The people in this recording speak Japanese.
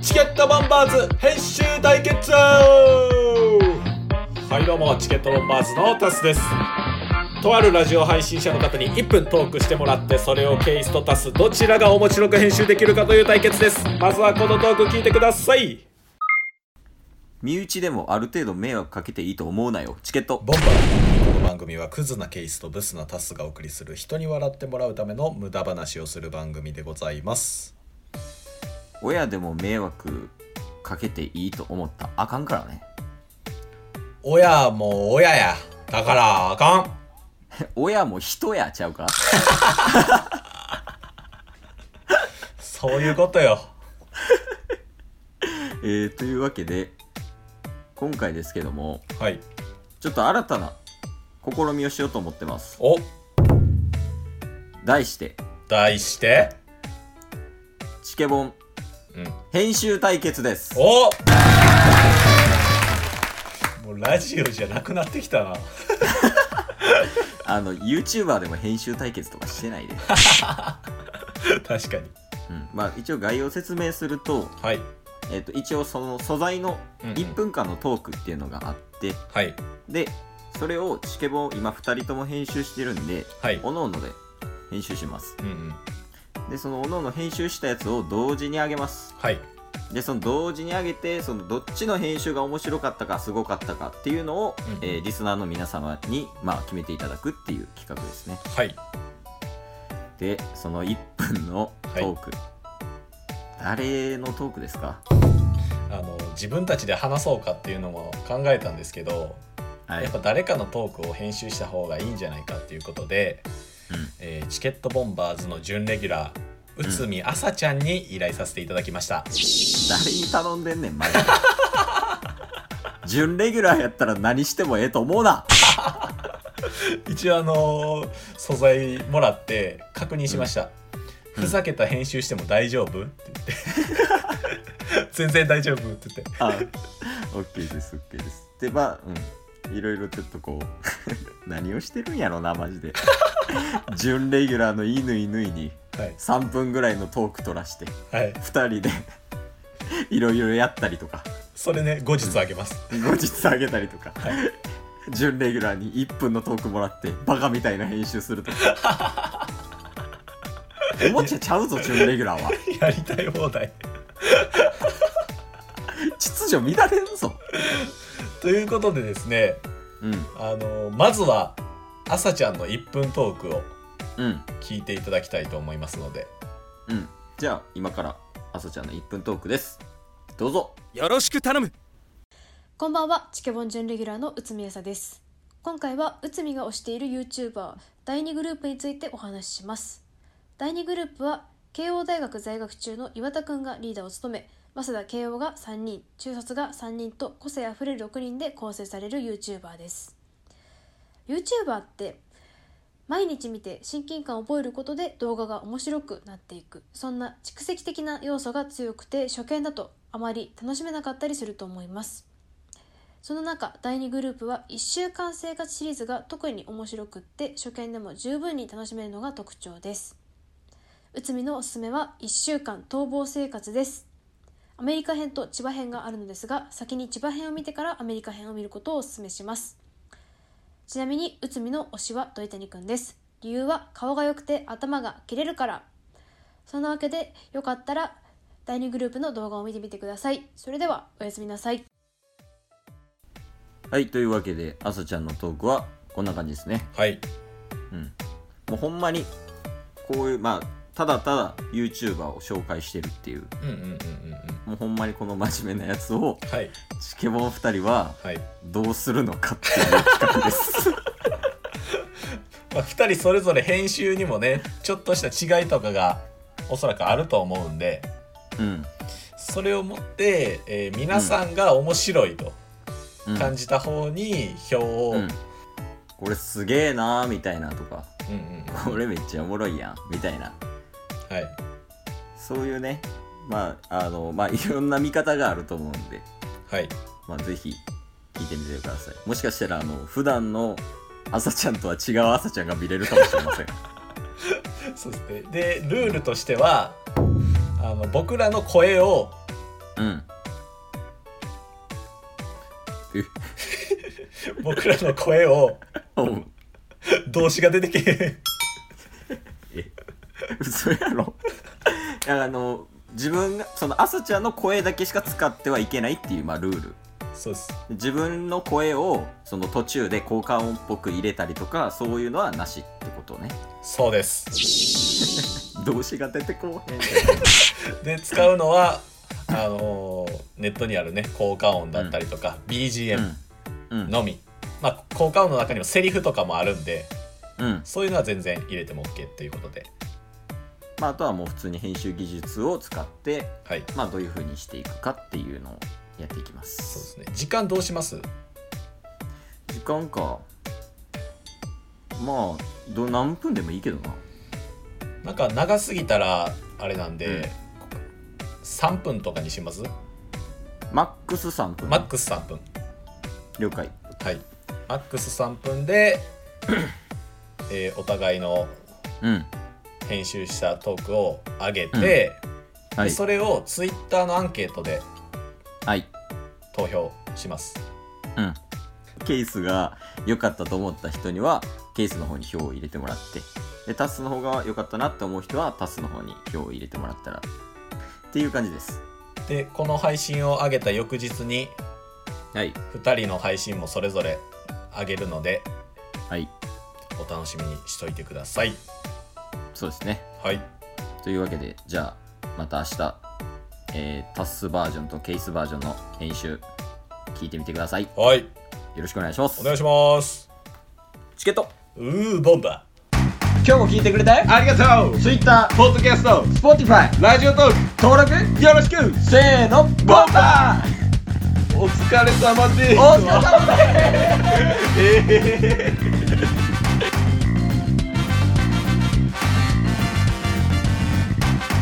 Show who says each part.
Speaker 1: チケットボンバーズ編集対決はいどうもチケットボンバーズのタスですとあるラジオ配信者の方に1分トークしてもらってそれをケイスとタスどちらが面白く編集できるかという対決ですまずはこのトーク聞いてください
Speaker 2: 身内でもある程度迷惑かけていいと思うなよチケット
Speaker 1: ボンバーこの番組はクズなケイスとブスなタスがお送りする人に笑ってもらうための無駄話をする番組でございます
Speaker 2: 親でも迷惑かけていいと思ったらあかんからね
Speaker 1: 親も親やだからあかん
Speaker 2: 親も人やちゃうから
Speaker 1: そういうことよ
Speaker 2: えー、というわけで今回ですけども
Speaker 1: はい
Speaker 2: ちょっと新たな試みをしようと思ってます
Speaker 1: お
Speaker 2: 題して
Speaker 1: 題して
Speaker 2: チケボン
Speaker 1: うん
Speaker 2: 編集対決です
Speaker 1: おもうラジオじゃなくなってきたな
Speaker 2: あの YouTuber でも編集対決とかしてないで、
Speaker 1: 確かに
Speaker 2: うん、まあ一応概要を説明すると,、
Speaker 1: はい
Speaker 2: えっと一応その素材の
Speaker 1: うんうん
Speaker 2: 1分間のトークっていうのがあって、
Speaker 1: はい
Speaker 2: でそれをチケボン今2人とも編集してるんで
Speaker 1: はい
Speaker 2: 各々で編集します
Speaker 1: うんうん
Speaker 2: でその各々編集したやつを同時に上げます
Speaker 1: はい
Speaker 2: でその同時に上げてそのどっちの編集が面白かったかすごかったかっていうのを、
Speaker 1: うん
Speaker 2: えーリスナーの皆様に、まあ、決めていただくっていう企画ですね
Speaker 1: はい
Speaker 2: でその1分のトーク、誰のトークですか
Speaker 1: あの自分たちで話そうかっていうのも考えたんですけど、
Speaker 2: はい
Speaker 1: やっぱ誰かのトークを編集した方がいいんじゃないかっていうことで、
Speaker 2: うん
Speaker 1: えーチケットボンバーズの準レギュラー内海あさちゃんに依頼させていただきました、
Speaker 2: 誰に頼んでんね んマジで準レギュラーやったら何してもええと思うな
Speaker 1: 一応あのー素材もらって確認しました、
Speaker 2: うん
Speaker 1: ふざけた編集しても大丈夫って言って全然大丈夫って言って
Speaker 2: あ、OK です、OK です。で、まあ、うん。いろいろちょっとこう、 何をしてるんやろな、マジで。 準レギュラーの乾ぬいぬいに
Speaker 1: はい
Speaker 2: 3分ぐらいのトーク取らして、
Speaker 1: はい
Speaker 2: 2人で いろいろやったりとか、
Speaker 1: それね後日あげます、
Speaker 2: 後日あげたりとか、
Speaker 1: はい
Speaker 2: 準レギュラーに1分のトークもらって、バカみたいな編集するとか。 おもちゃちゃうぞ、準レギュラーは。
Speaker 1: やりたい放題
Speaker 2: 秩序乱れるぞ。
Speaker 1: ということでですね
Speaker 2: うん、
Speaker 1: あのーまずはあさちゃんの1分トークを
Speaker 2: うん、
Speaker 1: 聞いていただきたいと思いますので
Speaker 2: うん。じゃあ、今から、あさちゃんの1分トークです。どうぞ。
Speaker 3: よろしく頼む
Speaker 4: こんばんは、チケボン準レギュラーの内海さです。今回は内海が推している YouTuber 第2グループについてお話しします。第2グループは慶応大学在学中の岩田くんがリーダーを務め、早稲田慶応が3人、中卒が3人と個性あふれる6人で構成される YouTuber です。YouTuber って毎日見て親近感を覚えることで動画が面白くなっていくそんな蓄積的な要素が強くて初見だとあまり楽しめなかったりすると思いますその中第2グループは1週間生活シリーズが特に面白くって初見でも十分に楽しめるのが特徴です内海のおすすめは1週間逃亡生活ですアメリカ編と千葉編があるのですが先に千葉編を見てからアメリカ編を見ることをお勧めしますちなみに内海の推しは土井谷くんです理由は顔が良くて頭が切れるからそんなわけでよかったら第2グループの動画を見てみてくださいそれではおやすみなさい
Speaker 2: はい、というわけで、あさちゃんのトークはこんな感じですね。
Speaker 1: はい
Speaker 2: うん。もうほんまに、こういう、まあ、ただただ YouTuber を紹介してるっていう、
Speaker 1: うんうんうんうんうん
Speaker 2: もうほんまにこの真面目なやつを、
Speaker 1: はい
Speaker 2: チケボン2人は
Speaker 1: はい、
Speaker 2: どうするのかっていう企画 です。
Speaker 1: まあ、2人それぞれ編集にもねちょっとした違いとかがおそらくあると思うんで
Speaker 2: うん。
Speaker 1: それをもって、えー皆さんが面白いと
Speaker 2: うん、
Speaker 1: 感じた方に票を、う
Speaker 2: うんん。これすげえなーみたいなとか、
Speaker 1: うん
Speaker 2: これめっちゃおもろいやん、みたいな。
Speaker 1: はい
Speaker 2: そういうね、まあ、あの、まあ、いろんな見方があると思うんで、
Speaker 1: はい
Speaker 2: まあ、ぜひ聞いてみてください。もしかしたら、あの、普段の朝ちゃんとは違う朝ちゃんが見れるかもしれません。
Speaker 1: そうですねでルールとしてはあの僕らの声を
Speaker 2: うんえ
Speaker 1: 僕らの声を
Speaker 2: おう
Speaker 1: 動詞が出てけへん
Speaker 2: 嘘やろいやあの自分がその朝ちゃんの声だけしか使ってはいけないっていう、まあ、ルール
Speaker 1: そうです
Speaker 2: 自分の声をその途中で効果音っぽく入れたりとかそういうのはなしってことね
Speaker 1: そうです
Speaker 2: 動詞が出てこうへん
Speaker 1: で使うのはあのーネットにあるね効果音だったりとか、BGM
Speaker 2: うんうん
Speaker 1: のみ、まあ効果音の中にもセリフとかもあるんで
Speaker 2: うん
Speaker 1: そういうのは全然入れても OK っていうことで
Speaker 2: まあ、あとはもう普通に編集技術を使って、
Speaker 1: はい
Speaker 2: まあ、どういう風にしていくかっていうのをやっていきま
Speaker 1: そうですすね時間どうします
Speaker 2: 時間かまあど何分でもいいけどな
Speaker 1: なんか長すぎたらあれなん
Speaker 2: うん
Speaker 1: で、3分とかにします
Speaker 2: マックス3分
Speaker 1: マックス3分
Speaker 2: 了解
Speaker 1: はいマックス3分 で、えーお互いの
Speaker 2: うん
Speaker 1: 編集したトークを上げて、
Speaker 2: は
Speaker 1: で
Speaker 2: い
Speaker 1: それをツイッターのアンケートで
Speaker 2: はい
Speaker 1: 投票します
Speaker 2: うんケースが良かったと思った人にはケースの方に票を入れてもらってでタスの方が良かったなって思う人はタスの方に票を入れてもらったらっていう感じです
Speaker 1: でこの配信を上げた翌日に
Speaker 2: はい
Speaker 1: 2人の配信もそれぞれ上げるので
Speaker 2: はい
Speaker 1: お楽しみにしといてください
Speaker 2: そうですね
Speaker 1: はい
Speaker 2: というわけでじゃあまた明日、えータスバージョンとケースバージョンの編集聞いてみてくださいよ
Speaker 1: はい
Speaker 2: ろしくお願いします
Speaker 1: お願いします
Speaker 2: チケット
Speaker 1: うーボンバ
Speaker 2: 今日も聞いてくれたよ
Speaker 3: ありがとう
Speaker 2: Twitter、
Speaker 3: ポッドキャスト
Speaker 2: Spotify
Speaker 3: ラジオトー
Speaker 2: 登録
Speaker 3: クよろしく
Speaker 2: せーのボンバー
Speaker 3: お疲れ様です
Speaker 2: お疲れ様です
Speaker 3: えー